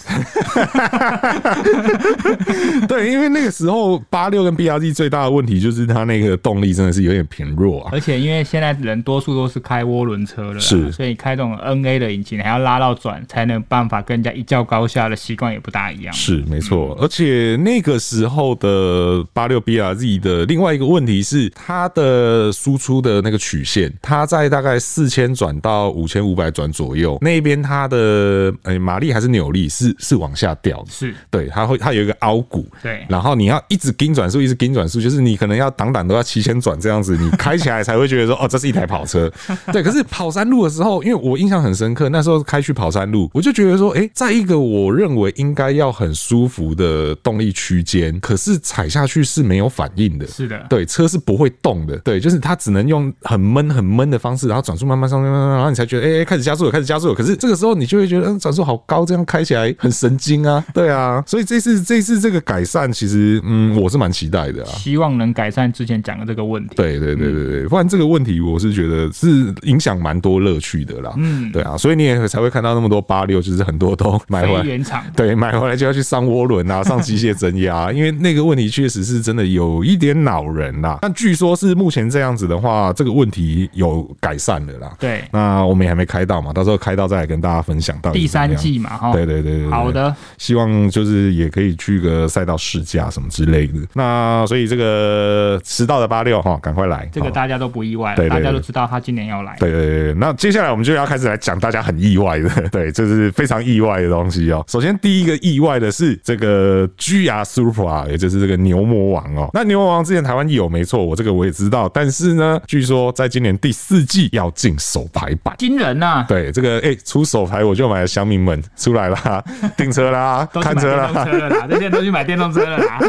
S1: 对，因为那个时候八六跟 BRZ 最大的问题就是它那个动力真的是有点贫弱啊。
S2: 而且因为现在人多数都是开涡轮车了啦，
S1: 是
S2: 所以开这种 NA 的引擎还要拉到转，才能办法跟人家一较高下的习惯也不大一样。
S1: 是没错，而且那个时候的八六 BRZ 的另外一个问题是，它的输出的那个曲线，它在大概四千转到五千五百转左右那边，它的呃马力还是扭力是是往下掉的。
S2: 是
S1: 对，它会它有一个凹谷，
S2: 嗯对
S1: 然后你要一直盯转速，一直盯转速，就是你可能要挡挡都要七千转这样子，你开起来才会觉得说，哦，这是一台跑车。对，可是跑山路的时候，因为我印象很深刻，那时候开去跑山路，我就觉得说，诶，在一个我认为应该要很舒服的动力区间，可是踩下去是没有反应的。
S2: 是的，
S1: 对，车是不会动的，对，就是它只能用很闷、很闷的方式，然后转速慢慢上、慢慢上，然后你才觉得，哎、哎开始加速了，开始加速了。可是这个时候你就会觉得，嗯，转速好高，这样开起来很神经啊，对啊。所以这次这次这个改善，其实嗯，我是蛮期待的啊。
S2: 希望能改善之前讲的这个问题。
S1: 对对对对对，不然这个问题我是觉得是影响蛮多乐趣的啦。嗯，对啊，所以你也才会看到那么多八六，就是很多都买回
S2: 非
S1: 来
S2: 原厂
S1: 对，买回来就要去上涡轮 啊，上机械增压啊，因为那个问题确实是真的有一点恼人啦。但据说是目前这样子的话，这个问题有改善了啦。
S2: 对
S1: 那我们也还没开到嘛，到时候开到再来跟大家分享到底
S2: 第
S1: 怎么样
S2: 三。季嘛，哈，
S1: 对对对对对
S2: 好的，
S1: 希望就是也可以去个赛道试驾什么之类的。那所以这个迟到的八六哈，赶快来。
S2: 这个
S1: 哦
S2: 大家都不意外
S1: 对对，
S2: 大家
S1: 对
S2: 都知道他今年要来。
S1: 对对对，对那接下来我们就要开始来讲大家很意外的，对，就是非常意外的东西哦。首先第一个意外的是这个 GR Supra，也就是这个牛魔王哦。那牛魔王之前台湾有没错，我这个我也知道，但是呢，据说在今年第四季要进手牌版。
S2: 惊人呐！
S1: 对，这个哎、出手牌我就买了乡民们出来啦， 订车 啦，
S2: 都去
S1: 看
S2: 买
S1: 车
S2: 电动
S1: 啦，
S2: 车 了啦，这些都去买电动车了啦。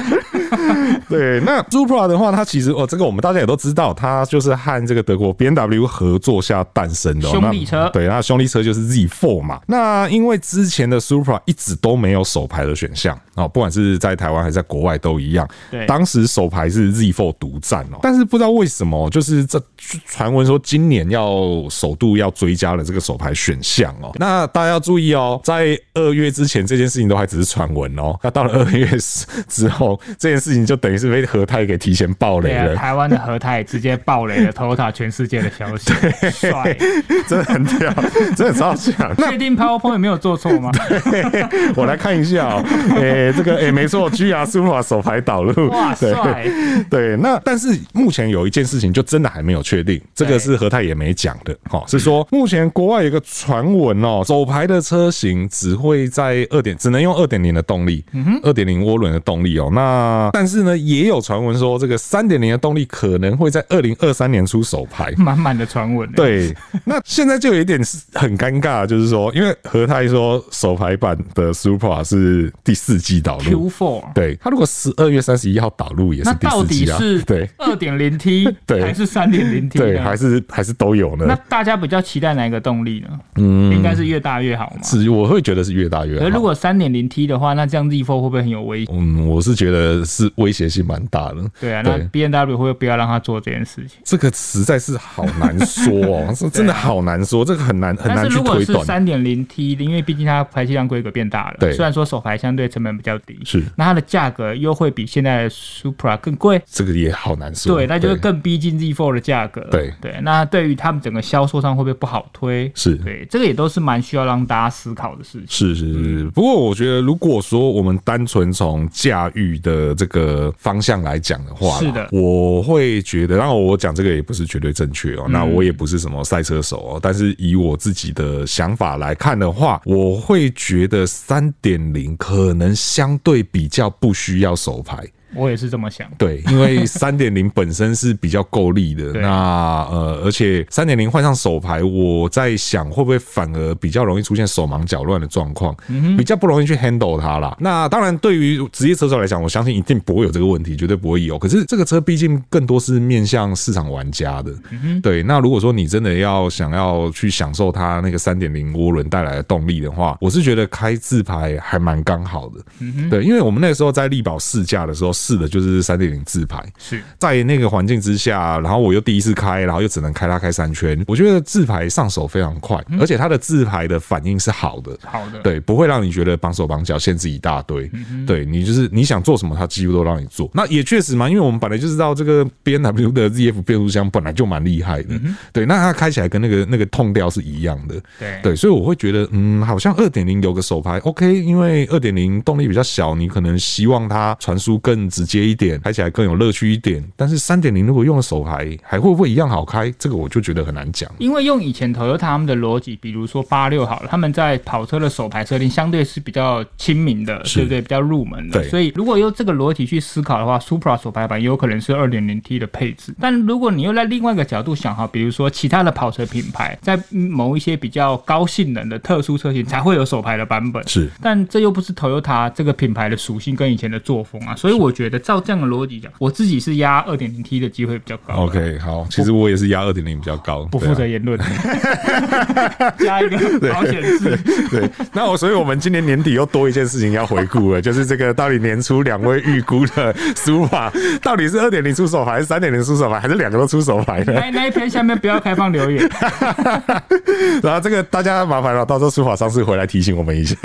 S1: 对，那 Supra 的话，它其实哦，这个我们大家也都知道，它就是和这个德国 B M W 合作下诞生的、哦、
S2: 兄弟车
S1: 那对，那兄弟车就是 Z Four 嘛。那因为之前的 Supra 一直都没有手牌的选项哦，不管是在台湾还是在国外都一样。
S2: 对
S1: 当时手牌是 Z Four 独占哦，但是不知道为什么，就是这传闻说今年要首度要追加了这个手牌选项哦。那大家要注意哦，在二月之前这件事情都还只是传闻哦，那到了二月之后，这件事情就等于是被和泰给提前爆雷
S2: 对啊，
S1: 了。
S2: 台湾的和泰直接爆雷了 Toyota 全世界的 消息，帅！
S1: 真的很屌，真的超强。那
S2: 确定 PowerPoint 没有做错吗？
S1: 我来看一下 哦，诶、这个诶、没错，GR Supra 手牌导入，
S2: 哇，
S1: 对
S2: 帅！
S1: 对，那但是目前有一件事情就真的还没有确定，这个是和泰也没讲的，哦，是说目前国外有一个传闻哦， 走牌的车型只会在二点，只能用二点零的动力，
S2: 嗯
S1: 二点零涡轮的动力哦。那但是呢，也有传闻说这个三点零的动力可能会在二零二三年出手牌。
S2: 满满的传闻。，欸
S1: 对，那现在就有一点是很尴尬，就是说，因为和泰说手牌版的 Supra 是第四季导入，
S2: Q4，
S1: 对，它如果十二月三十一号导入也是
S2: 那
S1: 第
S2: 到
S1: 四
S2: 底
S1: 季啊，
S2: 是
S1: 对。
S2: 二点零 T
S1: 对
S2: 还是三点零 T？啊
S1: 对，还是还是都有
S2: 那
S1: 呢。
S2: 大家比较期待哪一个动力呢？嗯，应该是越大越好嘛。
S1: 是，啊我会觉得是越大越
S2: 可
S1: 好。
S2: 是如果三点零 T 的话，那这样 Z4 会不会很有危险？
S1: 嗯，我是觉得是威胁性蛮大的。
S2: 对啊，那
S1: 对
S2: B N W 会不会不要让他做这件事情？
S1: 这个实在是好难说 哦，是真的好难说，这个很难很
S2: 啊但
S1: 难
S2: 是
S1: 去
S2: 如果
S1: 推
S2: 是
S1: 断。
S2: 三点零 T 的，因为毕竟它排气量规格变大了，
S1: 对
S2: 虽然说手排相对成本比较低，
S1: 是
S2: 那它的价格又会比现在的 Supra 更贵，
S1: 这个也好难说。
S2: 对，那就是更逼近 Z4 的价格，
S1: 对
S2: 对，那对于他们整个销售上会不会不好推？
S1: 是
S2: 对，这个也都是蛮需要让大家思考的事情。
S1: 是是是，是不过我觉得，如果说我们单纯从驾驭的这个方向来讲的话啦，
S2: 是的
S1: 我会觉得，当然我讲这个也不是绝对正确
S2: 嗯
S1: 哦，那我也不是什么赛车手哦，但是以我自己的想法来看的话，我会觉得三点零可能相对比较不需要手牌。
S2: 我也是这么想，
S1: 对，因为三点零本身是比较够力的，
S2: 对
S1: 那呃，而且三点零换上手牌，我在想会不会反而比较容易出现手忙脚乱的状况，比较不容易去 handle 它啦。那当然，对于职业车手来讲，我相信一定不会有这个问题，绝对不会有。可是这个车毕竟更多是面向市场玩家的，对。那如果说你真的要想要去享受它那个三点零涡轮带来的动力的话，我是觉得开自排还蛮刚好的，对，因为我们那时候在力宝试驾的时候试的就是三点零自排，
S2: 是
S1: 在那个环境之下，然后我又第一次开，然后又只能开它开三圈，我觉得自排上手非常快，而且它的自排的反应是好的。
S2: 好的，，
S1: 对，不会让你觉得绑手绑脚、限制一大堆。对你就是你想做什么，它几乎都让你做。那也确实嘛，因为我们本来就知道这个 B N W 的 Z F 变速箱本来就蛮厉害的。对，那它开起来跟那个那个痛调是一样的。
S2: 对
S1: 对，所以我会觉得，嗯，好像二点零有个手牌 OK，因为二点零动力比较小，你可能希望它传输更直接一点，开起来更有乐趣一点。但是三点零如果用了手排，还会不会一样好开？这个我就觉得很难讲。
S2: 因为用以前 Toyota 他们的逻辑，比如说八六好了，他们在跑车的手排设定相对是比较亲民的，
S1: 是
S2: 对不对？比较入门的。
S1: 对
S2: 所以如果用这个逻辑去思考的话，Supra 手排版有可能是二点零 T 的配置。但如果你又在另外一个角度想哈，比如说其他的跑车品牌在某一些比较高性能的特殊车型才会有手排的版本，
S1: 是
S2: 但这又不是 Toyota 这个品牌的属性跟以前的作风啊，所以我觉得照这样的逻辑讲，我自己是压二点零 T 的机会比较高。
S1: OK，好，其实我也是压二点零比较高，
S2: 不
S1: 哦对啊
S2: 负责言 论，加一个保险字。
S1: 对，那我所以我们今年年底又多一件事情要回顾了，就是这个到底年初两位预估的 输法，到底是二点零出手牌，还是三点零出手牌，还是两个都出手牌呢？
S2: 那那一篇下面不要开放 留言，
S1: 然后这个大家麻烦了，到时候书法上市回来提醒我们一下。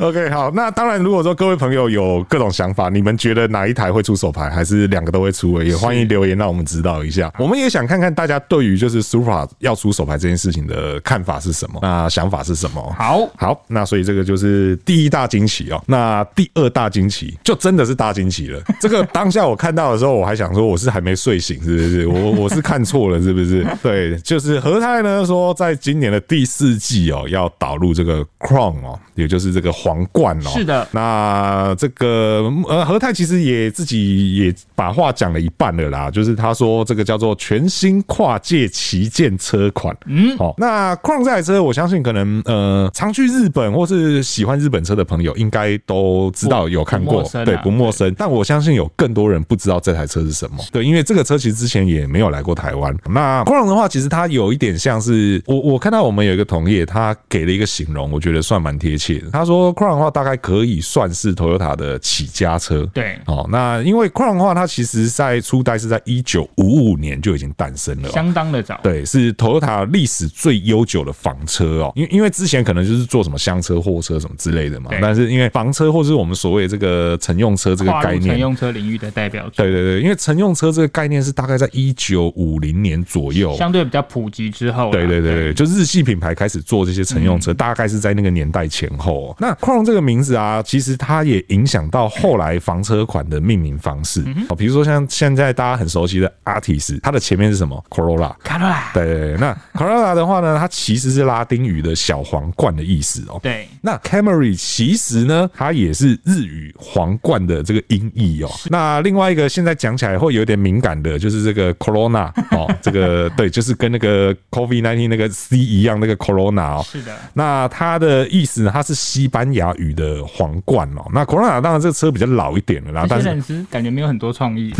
S1: OK，好，那当然，如果说各位朋友有各种想法，你们觉得哪一台会出手牌，还是两个都会出？也欢迎留言让我们知道一下。我们也想看看大家对于就是 Supra 要出手牌这件事情的看法是什么，那想法是什么？
S2: 好
S1: 好，那所以这个就是第一大惊喜哦。那第二大惊喜就真的是大惊喜了。这个当下我看到的时候，我还想说我是还没睡醒，是不是？我我是看错了，是不是？对，就是和泰呢说，在今年的第四季哦，要导入这个 Crown 哦，也就是这个皇冠哦。
S2: 是的
S1: 那这个呃，和泰其实也自己也把话讲了一半了啦，就是他说这个叫做全新跨界旗舰车款，嗯，好、那 Crown 这台车，我相信可能呃，常去日本或是喜欢日本车的朋友应该都知道
S2: 不
S1: 有看
S2: 不
S1: 过，
S2: 陌生啊
S1: 对，不陌生。但我相信有更多人不知道这台车是什么，对，因为这个车其实之前也没有来过台湾。那 Crown 的话，其实它有一点像是我我看到我们有一个同业，他给了一个形容，我觉得算蛮贴切的。他说 Crown 的话，大概可以算是 Toyota 的起家车，
S2: 对
S1: 哦，那因为 Crown 的话，它其实在初代是在一九五五年就已经诞生了哦、
S2: 相当的早。
S1: 对，是 Toyota 历史最悠久的房车哦，因因为之前可能就是做什么厢车、货车什么之类的嘛
S2: 对，
S1: 但是因为房车或是我们所谓这个乘用车这个
S2: 跨
S1: 概
S2: 入乘
S1: 念。
S2: 用车领域的代表作，
S1: 对对对，因为乘用车这个概念是大概在一九五零年左右，
S2: 相对比较普及之后啦，
S1: 对对对对，就日系品牌开始做这些乘
S2: 嗯
S1: 用车，大概是在那个年代前后哦、那 Crown 这个名字啊，其实它也影响到后来房车款的命名方
S2: 嗯
S1: 式哦，比如说像现在大家很熟悉的 Artis，它的前面是什么？Corolla。
S2: 卡罗拉，
S1: 对对对，那 Corolla 的话呢，它其实是拉丁语的小皇冠的意思哦。
S2: 对，
S1: 那 Camry 其实呢，它也是日语皇冠的这个音译哦。那另外一个现在讲起来会有点敏感的，就是这个 Corona 哦，这个对，就是跟那个 COVID 1 9那个 C 一样，那个 Corona 哦。
S2: 是的，
S1: 那它的意思呢，它是西班牙语的皇冠哦。那 Corona 当然这个车比较老一点了啦，
S2: 这
S1: 但
S2: 些
S1: 是
S2: 人是感觉没有很多 创意。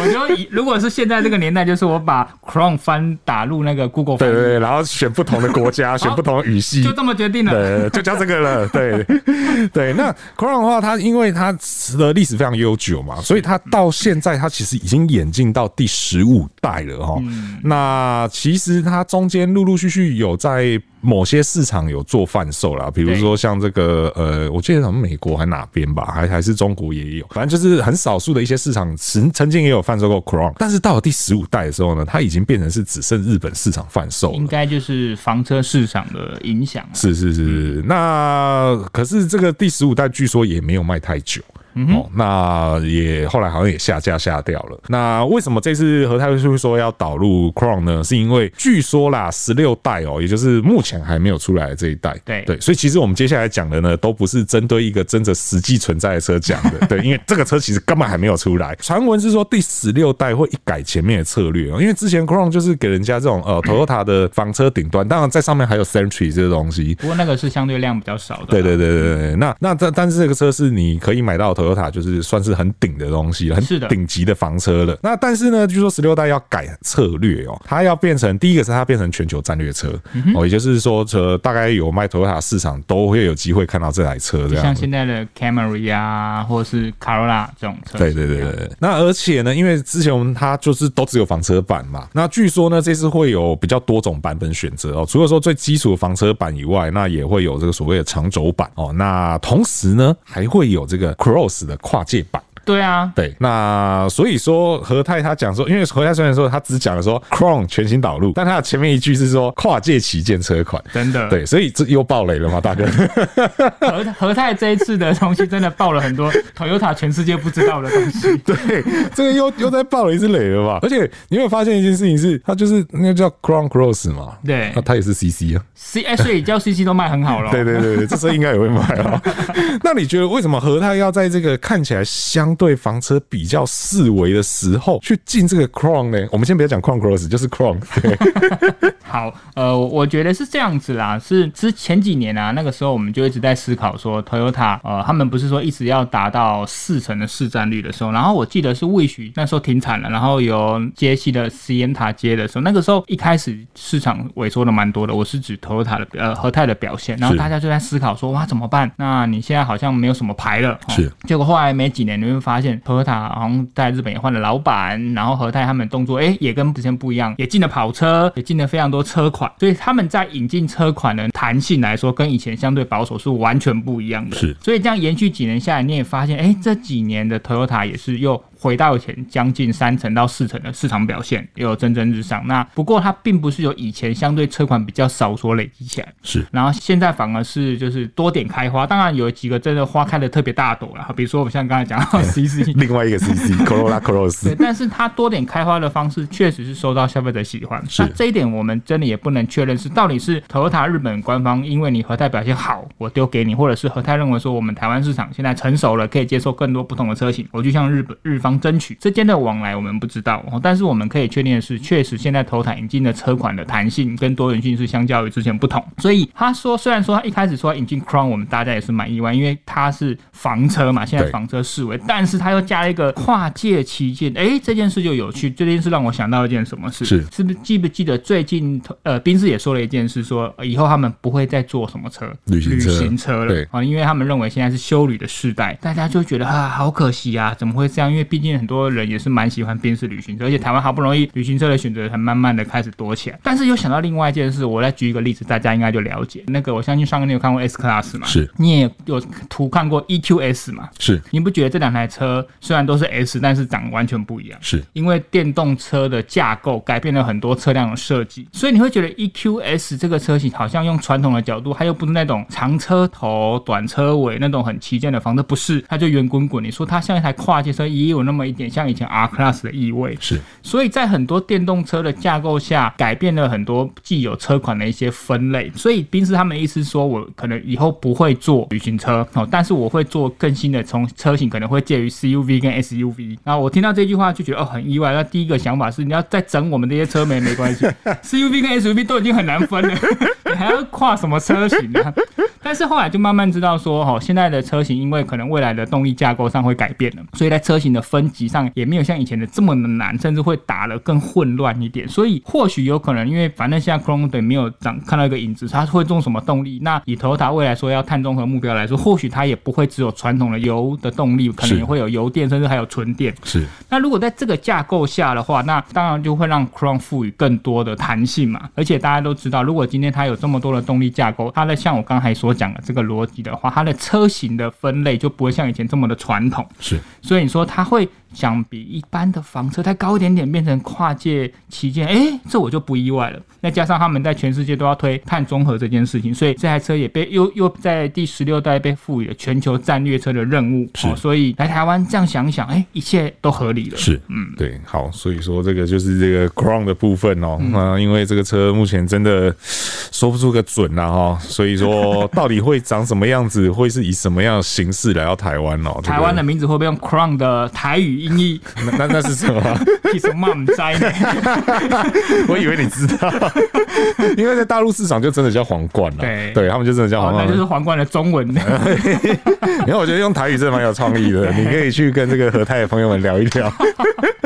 S2: 我就以如果是现在这个年代，就是我把 Chrome 翻打入那个 Google 翻
S1: 对
S2: 译
S1: 对对，然后选不同的国家，选不同的语系，
S2: 就这么决定了。
S1: 对，就叫这个了。 对对，那 Crown 的话，它因为它的历史非常悠久嘛，所以它到现在它其实已经演进到第十五代了哈。
S2: 嗯
S1: 那其实它中间陆陆续续有在。某些市场有做贩售啦，比如说像这个呃，我记得好像美国还哪边吧，还还是中国也有，反正就是很少数的一些市场曾曾经也有贩售过 Crown，但是到了第十五代的时候呢，它已经变成是只剩日本市场贩售了
S2: 应。该就是房车市场的影响啊。
S1: 是是是是，那可是这个第十五代据说也没有卖太久。哦，那也后来好像也下架下掉了。那为什么这次和泰会说要导入 Crown 呢？是因为据说啦，十六代哦，也就是目前还没有出来的这一代，
S2: 对
S1: 对，所以其实我们接下来讲的呢，都不是针对一个真的实际存在的车讲的，对，因为这个车其实根本还没有出来。传闻是说第十六代会一改前面的策略哦，因为之前 Crown 就是给人家这种呃 Toyota 的房车顶端，当然在上面还有 Century 这个东西，
S2: 不过那个是相对量比较少的。
S1: 对对对对对，那那但但是这个车是你可以买到的 Toyota，就是算是很顶的东西了，
S2: 是
S1: 很
S2: 的
S1: 顶级的房车了。那但是呢，据说十六代要改策略哦，它要变成第一个是它变成全球战略车、
S2: 嗯
S1: 哦，也就是说，车大概有卖 Toyota 市场都会有机会看到这台车这
S2: 就
S1: 样
S2: 像
S1: 子。
S2: 现在的 Camry 啊，或是 Corolla 这种车型一
S1: 对
S2: 样，
S1: 对对对对，那而且呢，因为之前我们它就是都只有房车版嘛，那据说呢这次会有比较多种版本选择哦，除了说最基础的房车版以外，那也会有这个所谓的长轴版哦，那同时呢还会有这个 Cross 的跨界版。
S2: 对啊，
S1: 对，那所以说何泰他讲说，因为何泰虽然说他只讲了说 Crown 全新导入，但他的前面一句是说跨界旗舰车款。
S2: 真的。
S1: 对，所以这又爆雷了嘛，大哥。
S2: 和和泰这一次的东西真的爆了很多 Toyota 全世界不知道的东西。
S1: 对，这个又又再爆了一次雷了吧？而且你有没有发现一件事情是，它就是那个叫 Crown Cross 嘛，
S2: 对
S1: 那它也是 CC 啊。
S2: C 哎，所以叫 CC 都卖很好了。
S1: 对对对对，这车应该也会卖啊。 那你觉得为什么和泰要在这个看起来相对房车比较四维的时候去进这个 Crown 呢？我们先不要讲 Crown Cross，就是 Crown。对，
S2: 好，呃，我觉得是这样子啦，是之前几年啊，那个时候我们就一直在思考说，Toyota 呃，他们不是说一直要达到四成的市占率的时候，然后我记得是 Wish 那时候停产了，然后由接系的 Sienna 接的时候，那个时候一开始市场萎缩的蛮多的，我是指 Toyota 的呃和泰的表现，然后
S1: 是
S2: 大家就在思考说，哇，怎么办？那你现在好像没有什么牌了，哦
S1: 是
S2: 结果后来没几年，你会发现 Toyota 好像在日本也换了老板，然后和泰他们动作哎、诶也跟之前不一样，也进了跑车，也进了非常多车款，所以他们在引进车款的弹性来说，跟以前相对保守是完全不一样的。
S1: 是
S2: 所以这样延续几年下来，你也发现哎、诶这几年的 Toyota 也是又。回到以前将近三成到四成的市场表现，也有蒸蒸日上。那不过它并不是由以前相对车款比较少所累积起来，
S1: 是
S2: 然后现在反而是就是多点开花，当然有几个真的花开的特别大朵啦，比如说我们像刚才讲到 CC。
S1: 另外一个 CC Corolla
S2: 对
S1: Cross。，
S2: 但是它多点开花的方式确实是受到消费者喜欢。
S1: 是
S2: 那这一点我们真的也不能确认是到底是 Toyota 日本官方因为你和泰表现好，我丢给你，或者是和泰认为说我们台湾市场现在成熟了，可以接受更多不同的车型，我就向日本日方争取。之间的往来我们不知道，哦但是我们可以确定的是，确实现在 Toyota 引进的车款的弹性跟多元性是相较于之前不同。所以他说，虽然说他一开始说他引进 Crown，我们大家也是蛮意外，因为它是房车嘛，现在
S1: 对
S2: 房车视为，但是他又加了一个跨界旗舰，诶，这件事就有趣。这件事让我想到一件什么事？
S1: 是
S2: 是不是记不记得最近呃，宾士也说了一件事说，呃以后他们不会再做什么车，
S1: 旅行车
S2: 旅行车了
S1: 对
S2: 啊，因为他们认为现在是修旅的时代，大家就觉得啊，好可惜啊，怎么会这样？因为毕竟很多人也是蛮喜欢宾士旅行车，而且台湾好不容易旅行车的选择才慢慢的开始多起来。但是又想到另外一件事，我再举一个例子，大家应该就了解。那个我相信上个你有看过 S Class 嘛？
S1: 是，
S2: 你也有图看过 EQS 嘛？
S1: 是
S2: 你不觉得这两台车虽然都是 S，但是长完全不一样？
S1: 是
S2: 因为电动车的架构改变了很多车辆的设计，所以你会觉得 EQS 这个车型好像用传统的角度，它又不是那种长车头、短车尾那种很旗舰的房车，不是，它就圆滚滚。你说它像一台跨界车，也有那么一点像以前 R Class 的意味。
S1: 是
S2: 所以在很多电动车的架构下，改变了很多既有车款的一些分类。所以宾士他们的意思说，我可能以后不会做旅行车哦，但是我会做更新的，从车型可能会介于 CUV 跟 SUV。然后我听到这句话就觉得哦很意外。那第一个想法是，你要再整我们这些车没没关系 ，CUV 跟 SUV 都已经很难分了， 你还要跨什么车型啊呢、但是后来就慢慢知道说，哦，现在的车型因为可能未来的动力架构上会改变了，所以在车型的分级上也没有像以前的这么的难，甚至会打得更混乱一点。所以或许有可能，因为反正现在 Chrome 对没有长看到一个影子，它会用什么动力？那以 Toyota 未来说要碳中和目标来说，或许它也不会只有传统的油的动力，可
S1: 是
S2: 能也会有油电，甚至还有纯电。
S1: 是
S2: 那如果在这个架构下的话，那当然就会让 Crown 赋予更多的弹性嘛。而且大家都知道，如果今天它有这么多的动力架构，它的像我刚才所讲的这个逻辑的话，它的车型的分类就不会像以前这么的传统。
S1: 是
S2: 所以你说它会想比一般的房车再高一点点，变成跨界旗舰，诶，这我就不意外了。那加上他们在全世界都要推碳中和这件事情，所以这台车也被又又在第十六代被赋予了全球战略车的任务。
S1: 是
S2: 所以来台湾这样想一想，诶，一切都合理了。
S1: 是，嗯，对，好，所以说这个就是这个 Crown 的部分哦，
S2: 嗯
S1: 那、因为这个车目前真的说不出个准啦、哈，所以说 到底会长什么样子，会是以什么样的形式来到台湾哦？这个
S2: 台湾的名字会不会用 Crown 的台语音译？
S1: 那那那是什么？啊
S2: 其实我唔 知呢。
S1: 我以为你知道，因为在大陆市场就真的叫皇冠了、
S2: 对
S1: 他们就真的叫
S2: 哦
S1: 皇，冠
S2: 那。就是皇冠的中文。
S1: 然后我觉得用台语真的蛮有创 意的，你可以去跟这个和泰的朋友们聊一聊，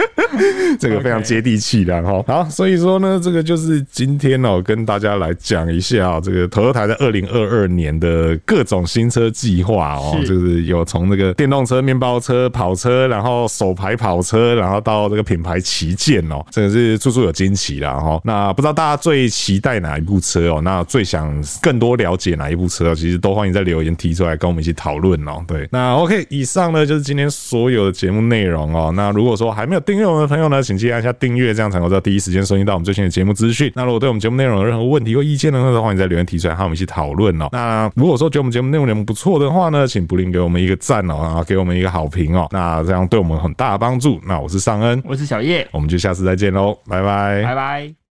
S1: 这个非常接地气的哈。好，所以说呢，这个就是今天哦，跟大家来讲一下、哦、这个 Toyota 在二零二二年的各种新车计划哦，
S2: 是
S1: 就是有从这个电动车、面包车、跑车，然后手牌跑车，然后到这个品牌旗舰哦，真的是处处有惊奇啦哈、哦。那不知道大家最期待哪一部车哦？那最想更多了解哪一部车哦？其实都欢迎在留言提出来，跟我们一起讨论哦。对，那 OK，以上呢就是今天所有的节目内容哦。那如果说还没有订阅我们的朋友呢，请记得按下订阅，这样才能够在第一时间收听到我们最新的节目资讯。那如果对我们节目内容有任何问题或意见呢，那都欢迎在留言提出来，和我们一起讨论哦。那如果说觉得我们节目内容不错的话呢，请不吝给我们一个赞哦，然后给我们一个好评哦。那这样对我们很大的帮助。那我是尚恩，
S2: 我是小叶，
S1: 我们就下次再见喽，拜拜
S2: 拜拜。